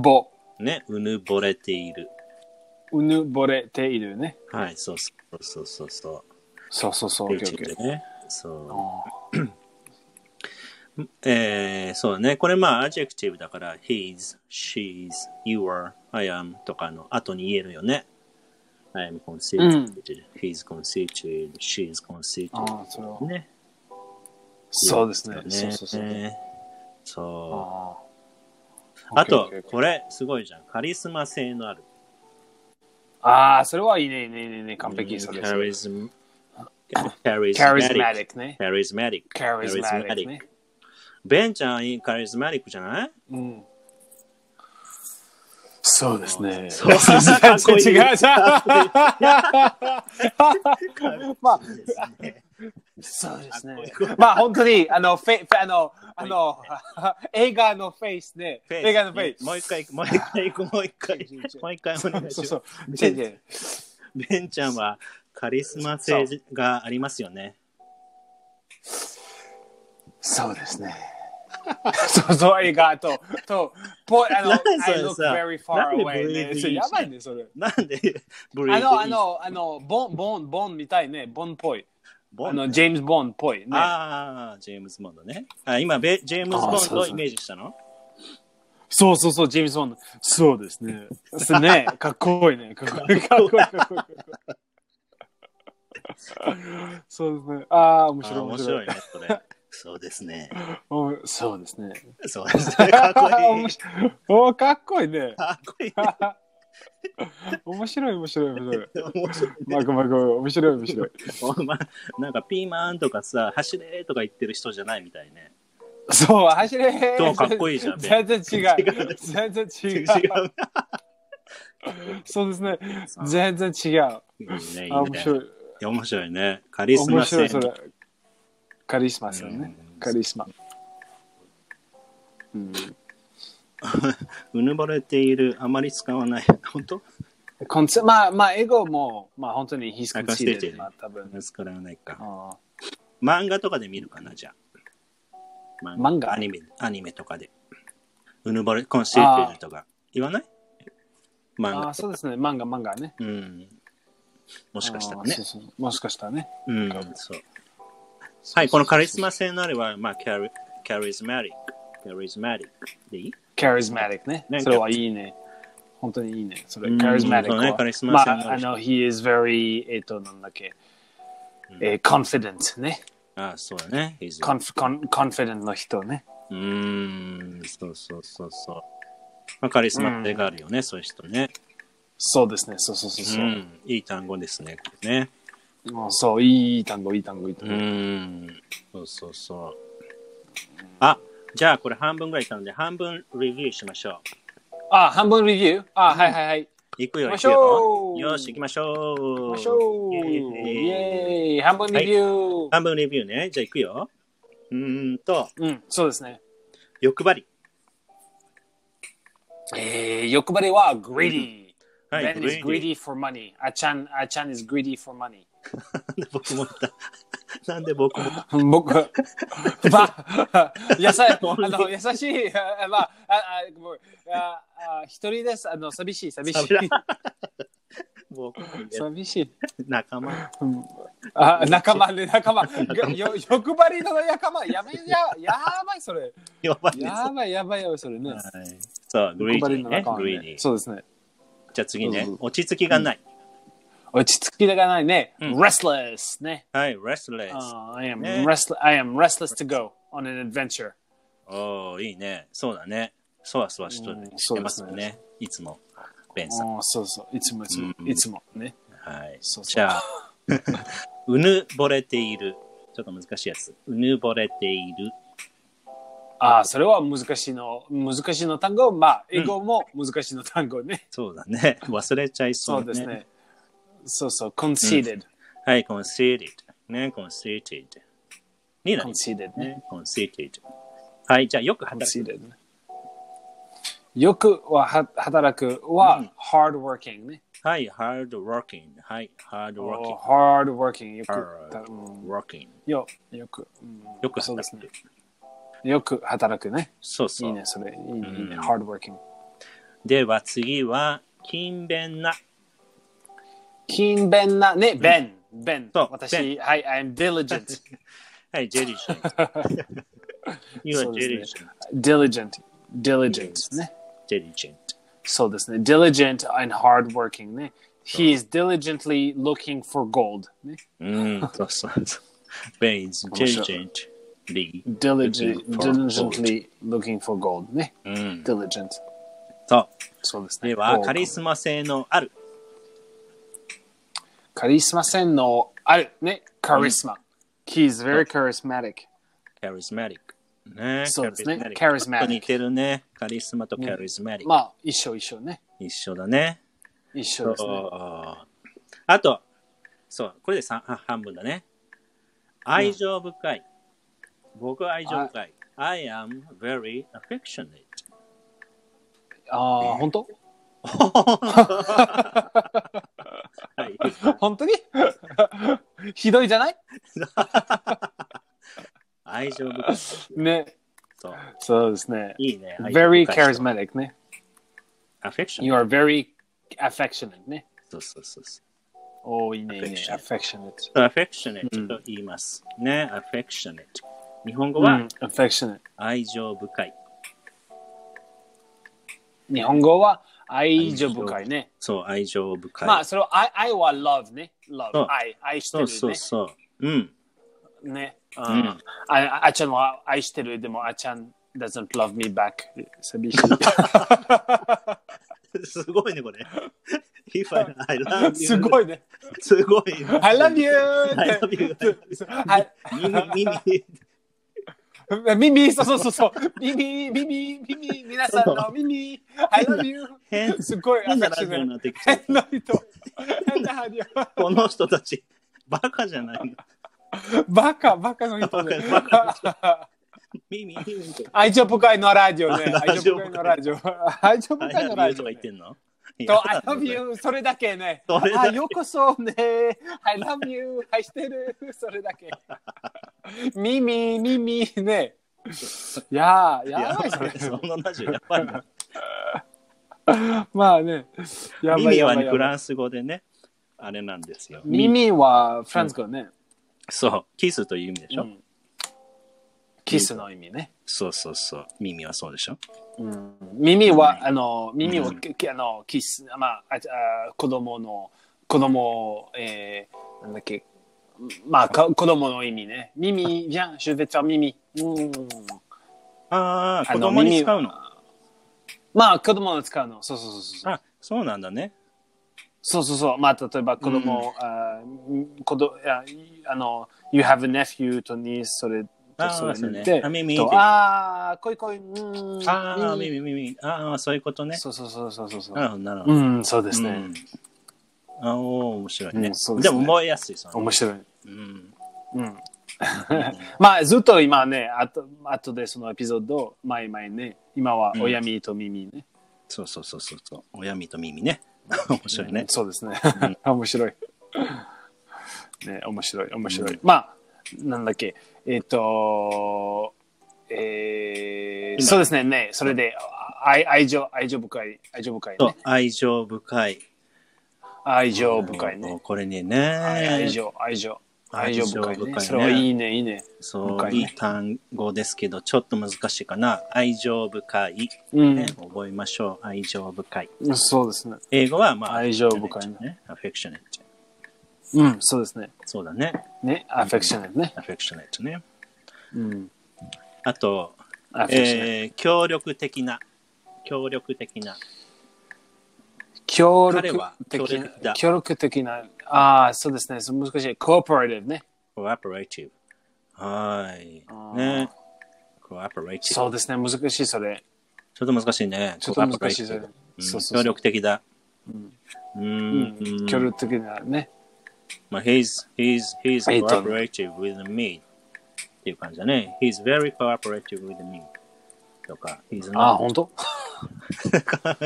A: ぼ
B: ね。うぬぼれている。
A: うぬぼれているね
B: はい、そうそうそうそうそ。
A: そうそうそうう OK
B: でね。そ
A: あ
B: う。えー、そうだね。これまあ、アジェクティブだから、he's, she's, you are, I am とかの後に言えるよね。I am
A: う
B: conceited,、
A: ん
B: he's conceited, she's conceited.
A: あーそれは
B: ね。
A: そうですね
B: ね
A: そうそうそう
B: そう。
A: あ
B: あと、これ、すごいじゃん。カリスマ性のある。
A: ああ、それはいいね、いいね、いいねいいね、完璧そうです。
B: カリスマ。カリスマ
A: charismatic ね。
B: カリスマティック。
A: charismatic ね。
B: ベンちゃん、いいカリスマティックじゃない
A: うん。そうですね。
B: そうそうそうかっこいい
A: 違うじゃん。まあ、そうですね。まあ、本当に、あの、フェイ、あの、あの、映画のフェイスね。映画のフェイス。
B: もう一回、もう一回、もう一回、もう一回お願いし
A: そう
B: ます
A: そ。う。違う違う
B: ベンちゃんはカリスマ性がありますよね。
A: そうですね。そうそう、映画と、と、ぽあの、
B: なんで
A: I
B: それ
A: look
B: さ
A: very far
B: なんで
A: away ね。それ
B: ブレイブいいし
A: やばいね、それ。
B: なんで、ブリー
A: あ
B: ズ
A: の、あ、の、あの、ボン、ボン、ボンみたいね。ボンっぽい。
B: ボ
A: あ
B: ン
A: の、ジェームズ・ボンっぽいね。
B: ああ、ジェームズ・ボンドね。あ今ベ、ジェームズ・ボ
A: あー
B: ン
A: そう
B: ドを
A: そう
B: イメージしたの
A: そうそうそう、ジェームズ・ボンド。そうですね。ですね。かっこいいね。かっこいい、かっこいい、かっこいいかっこいい。そうですね。ああ、面
B: <laughs> あ
A: 白い、
B: ー面
A: 面白
B: 白
A: い
B: い。ね、それ。そうですね。
A: うんそうですね。
B: そうですね。かっこい
A: <laughs> 面
B: い。
A: 白いおーかっこいいね。
B: かっこいい。
A: 面白い、面白い、面白い。
B: 面白い
A: まあ、ごめん、ごめん、面白い、面白い。
B: お前なんかピーマンとかさ、走れとか言ってる人じゃないみた
A: <laughs>
B: いね。
A: そう、走れ
B: そうかっこいいじゃん
A: 全然違
B: 違
A: う
B: う。
A: 全然違
B: 違う
A: う。。そうですね。全然違う。あ、
B: いいね、いいね。
A: 面白い。
B: 面白いね。カリス
A: 面
B: マ
A: 白
B: 性
A: い、それ。カリスマさんね
B: う。ん
A: カリスマ。うん。
B: うぬぼれている、あまり使わない。 <laughs> 本当
A: コンセまあ、まあ、英語も、まあ、本当に、he's
B: あ conceited
A: conceited。まあ、多分。
B: 使わないか。
A: あー
B: 漫画とかで見るかな、じゃあ。
A: 漫画
B: アニメ、アニメとかで。うぬぼれ、コンシーテルとか。言わない漫
A: あー、
B: 画。
A: そうですね。漫画、漫画ね。
B: うん。も
A: も
B: しかしたらね。
A: もしかしたらね。
B: うん、そう。はい、このカリスマ性のあれば、まあ、キャリ、キャリスマティック。キャリスマティック。でいい
A: charismatic ね。
B: ね
A: それはいいね。本当にいいね。それ、
B: うん
A: charismatic
B: そうね
A: は
B: カリス
A: ま
B: マ性のある
A: あ、あの、he is very, えっと、なんだっけ、えー confident ね。
B: ああ、そうだね。He's-
A: conf- con- confident の人ね。
B: うーん、そうそうそうそう。まあ、カリスマ性があるよね、そういう人ね。
A: そうですね。そうそうそう
B: う
A: そう。
B: ん、いい単語ですね、これね。
A: もうそう、いい単語、いい単語、いい単
B: う
A: 語。
B: ーん、そうそうそう。あ、じゃあこれ半分ぐらいいたので、半分レビューしましょう。
A: あ、半分レビューあ、はいはいはい。
B: 行くよ、
A: 行きま
B: 行
A: し
B: くよ
A: ょ。う
B: よし、行きましょう。行
A: 行きましょう。イェーイ。半分レビュー。
B: 半分レビューね。じゃあ行くよ。うーんと、
A: うん、そうですね。
B: 欲張り。
A: えー、欲張りは greedy。
B: は
A: Ben is
B: い、
A: greedy for money. あちゃん、あちゃん is greedy for money. <laughs>
B: なんで僕も言った。なんで僕も。
A: 僕、まあ、 <laughs> やさあの優しい、あまあ、ああもうああ一人です。あの、寂しい、寂しい。
B: 僕も
A: 寂しい。
B: 仲間。
A: あ仲間ね、仲間。よ欲張りの仲間。やめや、やばい、それ。
B: やばいです。
A: や
B: は
A: ばい、やばいよ、それね。
B: いそう、グリ
A: 欲張
B: ーデ
A: り
B: ィー
A: の
B: ね。
A: 仲間
B: グリーデ
A: ね。
B: ィー。
A: そうですね。
B: じゃあ次ね
A: そうそう。
B: 落ち着きがない。
A: 落ち着きがないね。
B: うん
A: restless ね。
B: はい、restless。
A: あ I am
B: ね
A: restless, I am restless to go on an adventure.
B: おおいいね。そうだね。そわそわしと
A: うん
B: してますよ
A: そうです
B: ね。いつも、ベンさん。
A: おーそうそう。いつもいつも、
B: うん
A: いつもね。
B: はい。
A: そうそう
B: じゃあ、うぬぼれている。ちょっと難しいやつ。うぬぼれている。
A: ああ、それは難しいの、難しいの単語、まあ、英語も難しいの単語ね。
B: そうだね。忘れちゃいそ
A: そう
B: う
A: で
B: ね。
A: すね。そうそう、conceded、
B: はい、conceited。ね、conceited。になります
A: conceded ね。
B: ね。conceited。はい、じゃあ、よく働く。
A: conceded ね。よくはは働くは、
B: うん
A: hard working ね。
B: はい、hard working。はい、hard
A: お
B: working。
A: hard working。よく、
B: hard
A: うん
B: working。
A: よよく、うん
B: よく
A: そうで
B: 働
A: す
B: く
A: ね。。よく働くね。
B: そう
A: い
B: そ
A: いうね、。それ。いいね、いいね
B: うん
A: hard working。
B: では、次は、勤
A: <laughs>
B: 勉な。
A: 勤勉な、ね、ben、ben
B: そう。
A: 私、はい、I'm diligent。
B: はい、ジェリーシ
A: <laughs>
B: ョン。You
A: そ
B: are
A: う
B: ジ
A: です
B: ェ
A: ね
B: リーショ
A: diligent。
B: ン。
A: diligent ね。
B: ジェリーション。
A: そうですね。diligent and hardworking ね。He is diligently looking for gold ね。
B: うん、そうそう
A: <laughs>
B: そう。ベンズ、ジ
A: 面
B: ェ
A: 白い
B: リーション。リー。
A: Diligent,
B: Looking for
A: diligently looking for gold ね。
B: うん。
A: diligent。
B: そう。
A: そうですね。
B: では、
A: gold
B: カリスマ性のある。
A: カリスマ性のあるね。カリスマ。He is very charismatic.
B: charismatic。ね、
A: そうですね
B: charismatic ちょ
A: charismatic
B: っと似てるね。カリスマと charismatic、
A: まあ、一緒一緒ね。
B: 一緒だね。
A: 一緒ですね。
B: そうあと、そう、これで三あ半分だね。愛情深い。僕は愛情深い。I am very affectionate.
A: ああ、本当 <laughs>
B: はい。
A: 本当に <laughs> ひどいじゃない
B: 愛情深い。
A: ね。
B: そう。
A: そうですね。
B: いいね。
A: Very
B: 愛情深い
A: charismatic ね。
B: Affectionate。
A: You are very affectionate ね。
B: そうそうそうそう。
A: おーいいね、いいね。
B: Affectionate
A: affectionate。
B: affectionate と言います。ね、affectionate。日本語
A: うん
B: は
A: affectionate。
B: 愛情深い。
A: 日本語は愛情深いね。
B: そう、愛情深い。
A: まあ、それは愛愛は love ね。
B: そ
A: love
B: う。
A: 愛。愛して
B: そ
A: る
B: うそう
A: ね。
B: そう。うん。
A: ね。うん
B: ん
A: ああちゃんは愛してる。でもあちゃん doesn't love me back. 寂しい。
B: すごいね、これ。If I, I love
A: <laughs>
B: you.
A: すご
B: い。
A: いね。
B: すごい。
A: I love you!
B: I love you.
A: はい
B: 耳、耳。
A: <laughs> ミミ、そうそうそうそう。ミミ、ミミ、ミミ、皆さんのミミ、I love you!
B: 変
A: すごいア
B: 変
A: フ
B: な
A: ェクシ
B: ラ
A: ョ
B: ジオにな
A: ナ
B: っ
A: ル。
B: てきちゃっ
A: 変
B: た。
A: な人。変なハリオ。
B: この人たち、バカじゃないの。
A: バカ、バカの人ね。
B: バカ耳、耳と。
A: 愛情深いのラジ
B: <laughs>
A: オね。
B: あ
A: 愛情深いのラジオ。愛情
B: I
A: 深いの
B: love
A: ラ
B: you
A: ジ
B: と
A: オ
B: か
A: ね、
B: 言ってんの
A: と、I love you、それだけね。
B: それだけ
A: あ、ようこそね。I love you、愛してる、それだけ。ミミ、ミミ、ね。いやー、
B: や
A: やば
B: ば
A: いそ
B: い
A: れ
B: ね。。そのラジオやばいな。
A: まあね。やばい
B: 耳は
A: やば
B: ね、
A: い
B: フランス語でね、あれなんですよ。
A: ミミはフランス語ね。
B: そう、キスという意味でしょ。
A: うんキスの意味ね。
B: そうそうそう。耳はそうでしょ。
A: 耳は、あの、耳を、きあの、キス、まあ、ああ子供の、子供を、えー、なんだっけ、まあ、か子供の意味ね。耳、じゃん、je vais te faire 耳。うん。
B: ああ、
A: あ
B: 子
A: の
B: 供に使うの。
A: まあ、子供の使うの。そうそうそうそう。
B: あ、そうなんだね。
A: そうそうそう。まあ、例えば子供、あー子供いやあの、you have a nephew と niece、それ
B: あー
A: それ
B: そうね
A: で
B: あ耳
A: と
B: で
A: あー、こいこい、うーん。
B: ああ、
A: 耳
B: 耳、耳。ああ、そういうことね。
A: そうそうそうそうそうそう
B: なる。ほど、なるほど。
A: うん、そうですね。
B: うんあおー面白いね。
A: うんそうです
B: で
A: ね
B: も覚えやすい、その。
A: 面白い。
B: うん。
A: うん。 <laughs> まあ、ずっと今ね、あと、あとでそのエピソードを前々ね、今は
B: うん
A: 親身と耳ね。
B: そうそうそうそうそう。親身と耳ね。面白いね。
A: そうですね
B: うん。
A: <laughs> 面白い。ね、面白い、面白
B: うん
A: い。まあ、なんだっけ、えっと、えー、
B: 今
A: そうですね、ね、それで、愛愛情、愛情深い、愛情深い
B: そう
A: ね。
B: 愛情深い。
A: 愛情深い
B: もう
A: ね。
B: これにね。
A: はい愛情、愛情。愛情深い
B: 愛情深い
A: ね。
B: ね
A: それはいいね、いいね。
B: そう、
A: 深い
B: い
A: ね
B: い単語ですけど、ちょっと難しいかな。愛情深い。
A: うん
B: ね、覚えましょう。愛情深い。
A: うん、そうですね。
B: 英語は、まあ、
A: 愛情深い
B: ね。アフェクショネット。
A: うん、そうですね。
B: そうだね。
A: ね、アフェクショナルね。
B: アフェクショネットね。
A: うん。
B: あと、
A: アフェクショナル。
B: えー、協力的な。協力的な。
A: 協
B: 彼
A: 力
B: は協
A: 的
B: 力
A: な
B: だ。
A: 協力的な。ああ、そうですね。そう難しい。コーポレーティブね。
B: cooperative。はーい
A: あ。ー
B: ね。cooperative。ちょ
A: そうですね。難しい、それ。
B: っと難しいね。
A: ちょっと難しい、それ
B: cooperative うん。
A: そうそうそう
B: 協力的だ。う。
A: うん
B: うん
A: 協力的なね。
B: まあ、he's, he's, he's
A: えっと
B: cooperative with me っていう感じだね。he's very cooperative with me とか、he's
A: ああ、
B: not
A: 本当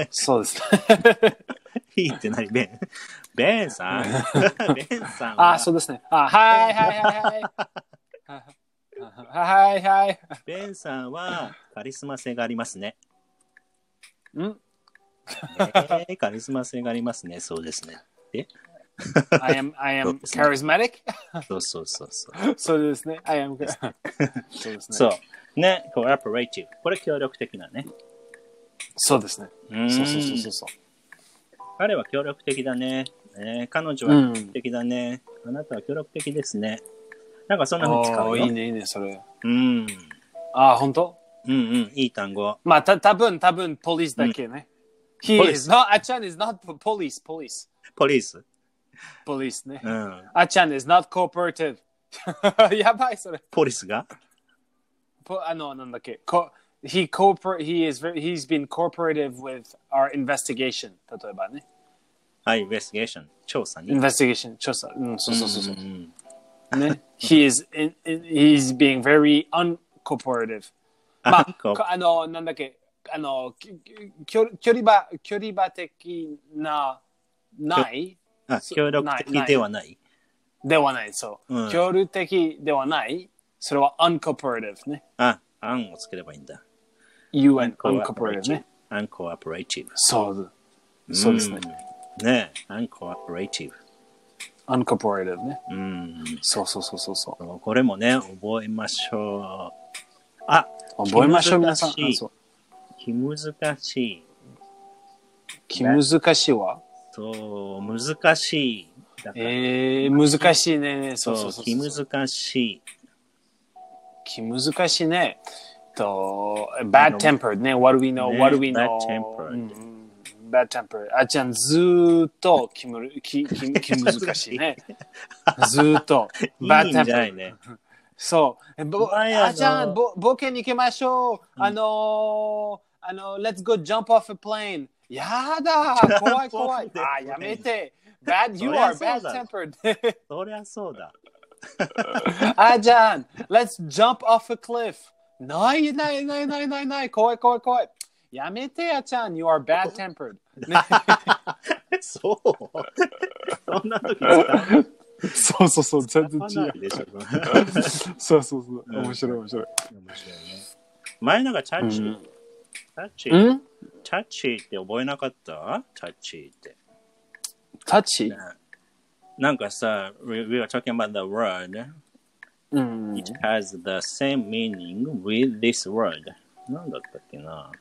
B: <laughs>
A: そうですね。
B: he って何ベンベンさん <laughs> ベンさん
A: あ
B: は
A: あ、そうですね。あはいはいはいはい。はいはい。
B: ベンさんはカリスマ性があります
A: <laughs>
B: ね。
A: ん
B: ねえカリスマ性がありますね。そうですね。
A: I am, I am charismatic?
B: そうそうそうそう。
A: そうですね。I am.
B: <laughs>
A: そうですね。
B: そう。ね、cooperative。これ協力的なね。
A: そうですね。そうそうそうそう
B: う
A: そ
B: ん彼は協力的だね。ね彼女は協力的だね、あなたは協力的ですね。なんかそん
A: う。
B: な風に使
A: お
B: う
A: お
B: よ。
A: いいね、いいね、それ。
B: うん。
A: ああ、本当
B: うんうん。いい単語。
A: まあ、た多分多分ポリスだけね。He
B: Police
A: is not, あちゃん is not police, police,
B: ポリス。
A: police ね。
B: うん。
A: あちゃん is not cooperative. <laughs> やばい、それ。
B: ポリスが
A: ポあの、なんだっけ。こ he, cooper he is very, he's been cooperative with our investigation. e 例えばね。
B: はい、インベスティゲーション。調査に。
A: investigation, mm, 調査。うん、そうそうそうそう。
B: んん
A: ね。he is, in, in, he's being very uncooperative. まあ、
B: <laughs> こう
A: こあの、なんだっけ、あの、きき距離距離場、距離場的な、ない
B: あ協力的ではない。
A: ではない、そう。
B: うん
A: 協力的ではない、それは uncooperative ね。
B: あ、アンをつければいいんだ。
A: un、uncooperative ね。。
B: アンコアプレイティブ。
A: そう。そうですね。
B: うん。ねえ、アンコアプレイティブ。
A: uncooperative ね。
B: うん。
A: そうそうそうそうそう。
B: これもね、覚えましょう。あ、
A: 覚えましょう、
B: 気
A: 皆
B: 難し
A: さん。
B: い
A: あそう
B: 気難しい。
A: 気難しいわ。
B: そう、難しい。だから
A: えー、難しいね。そうそうそう。
B: 気難しい。
A: 気難しいね。と、bad tempered ね、悪いの、
B: ね
A: 悪いの。
B: bad tempered
A: うん。bad tempered。あっちゃん、ずーっと気むる
B: <laughs>
A: 気気気難しいね。ずーっと。
B: いいんじゃないね。
A: そう。えぼ
B: お前あの
A: あっちゃん、ぼ冒険に行きましょう。あのー、あの、let's go jump off a plane。やだ、怖い怖
B: Jump off
A: い
B: the。
A: あ、やめて。bad, you
B: そりゃ
A: are
B: そう
A: bad
B: だ
A: tempered.
B: そりゃそ
A: <laughs>
B: うだ。
A: あじゃん、Let's jump off a cliff. ないないないないないない、怖い怖い怖い。やめて、あちゃん、You are bad tempered.
B: そう。そんな時使う
A: <laughs> そうそうそう、全
B: 使わない。でしょ。面
A: <laughs>
B: <laughs>
A: そうそうそう、
B: 面白い
A: 面白い。
B: 白いね。前なんかチャッチー、チャッチー、
A: ん
B: チャッチーって覚えなかったチャッチーって。
A: タッチ
B: なんかさ、we, we were talking about the word
A: うん。
B: it has the same meaning with this word. なんだったっけな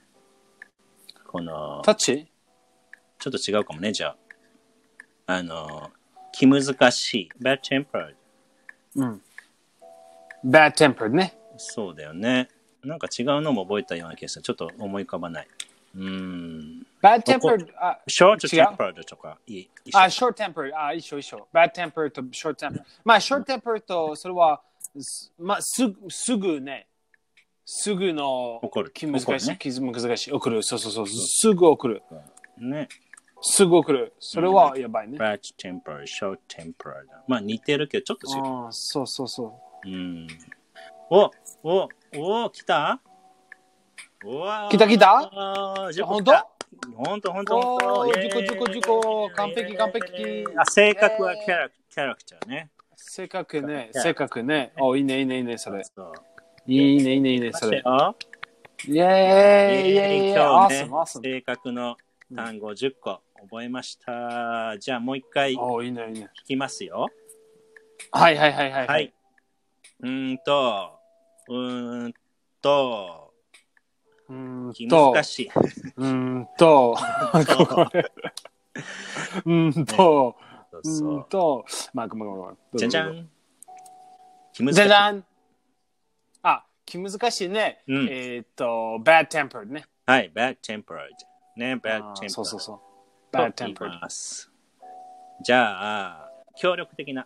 B: この、
A: タッチ
B: ちょっと違うかもね、じゃあ。あの、気難しい。bad tempered。
A: ?bad tempered ね。
B: そうだよね。なんか違うのも覚えたような気がした。ちょっと思い浮かばない。うーん。
A: bad tempered, あ、
B: short
A: 違う
B: tempered とかいい。一緒
A: あ、short tempered, あ、一緒一緒。bad tempered と short tempered。まあ、short tempered と、それは、すまあ、すぐ、すぐね、すぐの、
B: 怒る
A: き難しい、
B: 怒
A: き難しい、送る、そうそうそう、すぐ送る、
B: ね。
A: すぐ送る、それはやばいね。
B: large temper, short temper だ。まあ似てるけど、ちょっと違う。
A: ああ、そうそうそう。
B: うん。おおお来たお
A: 来た来た
B: 本当本当本当本当
A: おー事故事故事故完璧完璧
B: あ、性格は
A: イエーイ
B: キャラキャラクターね。
A: せっかくね、
B: Yeah.
A: せっかくね。お、いいね、いいね、いいね、それ。
B: そう。
A: いいね、いいね、いいね、
B: そ
A: そ
B: れ
A: れ。
B: を、
A: イェーイイェーイ
B: 今日
A: awesome,
B: ね、
A: awesome.
B: 性格の単語10個覚えました。じゃあもう一回聞
A: お、いいね、いいね。
B: きますよ。
A: はいはいはいはい。
B: はい。。うーんと、うーんと、
A: うーんと、
B: 難しい。
A: うーんと、 <laughs>
B: <laughs>
A: これ。うーんと、
B: そう
A: うーん
B: そ
A: と、まあ、ごめんごめんごめん。
B: う。じゃじゃ
A: どうぞ
B: ん。気難し
A: じ
B: い
A: ゃじゃんあ、気難しいね。
B: うん
A: えーっと、bad tempered ね。
B: はい、bad tempered。ね、bad
A: あ
B: tempered。
A: ーそうそうそう。
B: と
A: bad
B: 言い
A: tempered。
B: ますじゃあ、協力的な。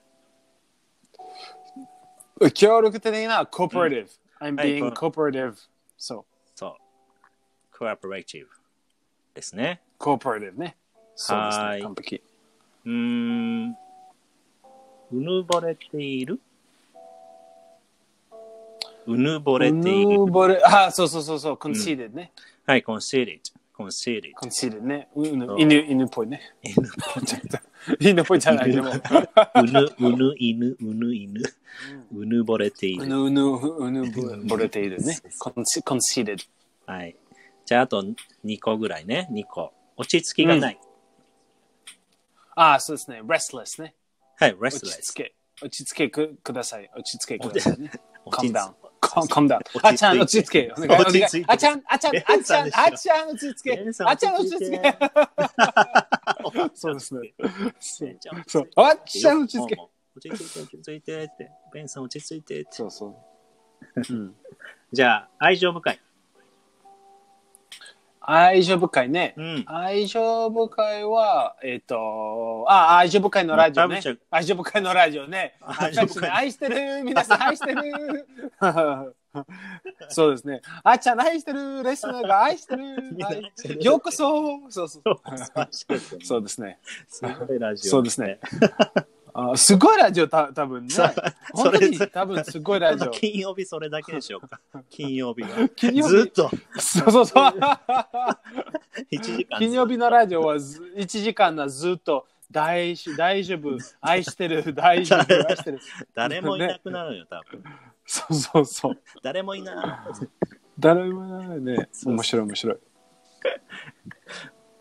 A: 協力的な cooperative。I'm
B: はい
A: being cooperative. そう。
B: そう。cooperative ですね。
A: cooperative ね。そうです
B: はー
A: ね。
B: い
A: 完璧。
B: うーん。うぬぼれているうぬぼれている。
A: うぬぼれあ、そうそうそうそう。conceded ね。
B: はい、conceited。conceited。
A: <laughs> conceded ね。ううぬ
B: そう
A: 犬、犬っぽいね。
B: 犬
A: <laughs> 犬っぽいじゃない。でも、
B: うぬ、うぬ、犬、うぬ、犬。うぬぼれていうる。
A: ぬうぬ、うぬぼぼれているね。conce- conceded。
B: はい。じゃあ、あと2個ぐらいね。2個。落ち着きがない。
A: あ、そうですね。restless ね。
B: はい、
A: 落ち
B: restless
A: 着。け。落ち着けくください。落ち着けくださいね。
B: 落ち
A: calm
B: 着
A: down. Calm calm down.
B: 落ち着いて
A: あちゃん、落ち着け。お願いお
B: 落ち
A: 願い
B: 着いて
A: あちゃん、あちゃん、
B: レ
A: あ
B: ンさ
A: ちゃ
B: ん
A: ん
B: で、
A: あ
B: すよ
A: ちゃん、落ち着け
B: レン。さん
A: あちゃん、
B: 落
A: 落
B: ち
A: ち
B: 着
A: 着
B: け
A: け。 <laughs> そうですね。そうそう。あっちゃん、落ち着け。
B: 落ち着いて、落ち着いてって。ベンさん、落ち着いてって。
A: そうそう。うん。
B: じゃあ、愛情深い。
A: 愛情深いね。
B: うん。
A: 愛情深いは、えっ、と、あ、愛情深いのラジオ
B: ま
A: ね
B: たぶっちゃ。
A: 愛情深いのラジオね。
B: 愛情深い
A: 愛してる皆さん愛してる <laughs> そうですね。あっちゃん愛してるレスナーが愛 <laughs> してる
B: みんな愛してる
A: ようこそそうそう。
B: そ
A: そううですね。
B: すごいラジオ。
A: そうですね。 <laughs> あすごいラジオ、た多分ね
B: そう。
A: 本当に
B: それ
A: 多分すごいラジオ。
B: 金曜日それだけでし
A: <laughs>
B: ょうか。金曜日は。
A: 金曜日
B: ずっと
A: そうそうそう。 <laughs>
B: 1時間。
A: 金曜日のラジオはず1時間はずっと大し大丈夫、愛してる、大丈夫、愛してる。
B: 誰もいなくなるよ、多分。
A: そうそうそう。
B: 誰もいな
A: 誰もいないね。面白い面白い。
B: い。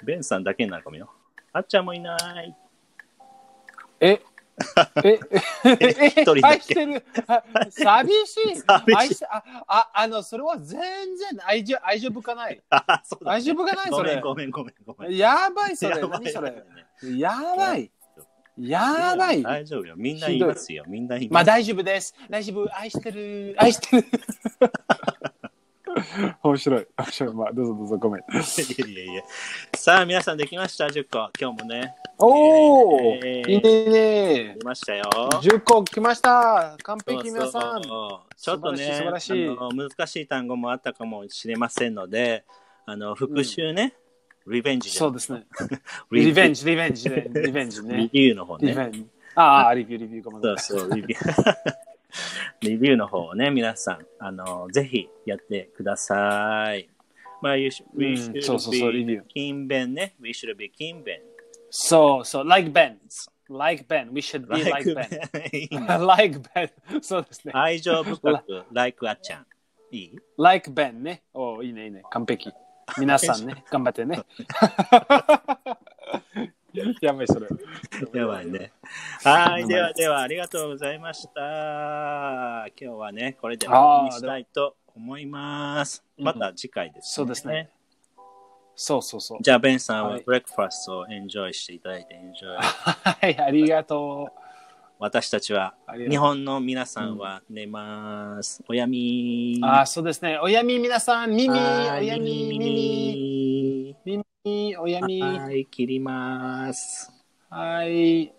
B: ベンさんだけになるかもよ。あっちゃんもいない。 <laughs>
A: えええ
B: 一人だけ
A: 愛してるあ寂しい
B: 寂しい
A: 愛しあああのそれは全然愛情愛情深ない
B: あ、そうだ
A: 愛情深ない
B: ご
A: そ
B: めん、
A: れ
B: ごめん、ごめん、ごめん。
A: やばいそれ
B: やばい
A: 何それ
B: やばいね
A: やばいやばい
B: 大丈夫よ。みんな言いますよ。みんな言い
A: ま
B: ま
A: あ
B: す。
A: 大丈夫です大丈夫愛してる愛してる面白い面白いまあどうぞどうぞごめん
B: いやいやいや。さあ、皆さんできました、10個。今日もね。
A: おお
B: イエーイ
A: いいねいいね
B: できましたよ。
A: 10個来ました完璧皆さん
B: そうちょっとね
A: 素晴らしい素晴
B: あの難しい単語もあったかもしれませんのであの復習ね、リベンジじゃ
A: そ
B: ん
A: うですねリベンジ、リベンジ <laughs> ね、リベンジ
B: リ
A: ね。
B: ビューの方
A: リベ
B: ね
A: ンジ。ああ、リビュー、リビュー、ごめん
B: そ
A: な
B: う
A: さい。
B: そうリビュー <laughs> リビューの方をね皆さんあのぜひやってくださいまあ、you should,
A: う
B: we
A: ん
B: should
A: そうそうそうリビュ
B: be
A: ー
B: 勤勉ね。We should be 勤勉。
A: そうそう、like Ben。like Ben。We should be like Ben。like <laughs> Ben。そうですね。
B: 愛情深く、like あっちゃん。いい
A: like Ben ね。おーいいね、いいね。完璧。皆さん <laughs> ね、頑張ってね。やばい、それ。
B: やばいね。は
A: やばい
B: い、ではでは、ありがとうございました。今日はね、これで終
A: あー
B: わりにしたいと思います。
A: も
B: また次回です、
A: そうですね。そうそうそう。
B: じゃあ、ベンさんは
A: はい
B: ブレックファーストをエンジョイしていただいて、エンジョイ。
A: はい、ありがとう。
B: 私たちは、
A: ありがとう
B: 日本の皆さんは寝ます。おやみー。
A: ああ、そうですね。おやみ、皆さん、耳、お
B: はーい
A: やみ、耳、
B: み
A: 耳、おやみ。
B: ー。はい、切ります。
A: はい。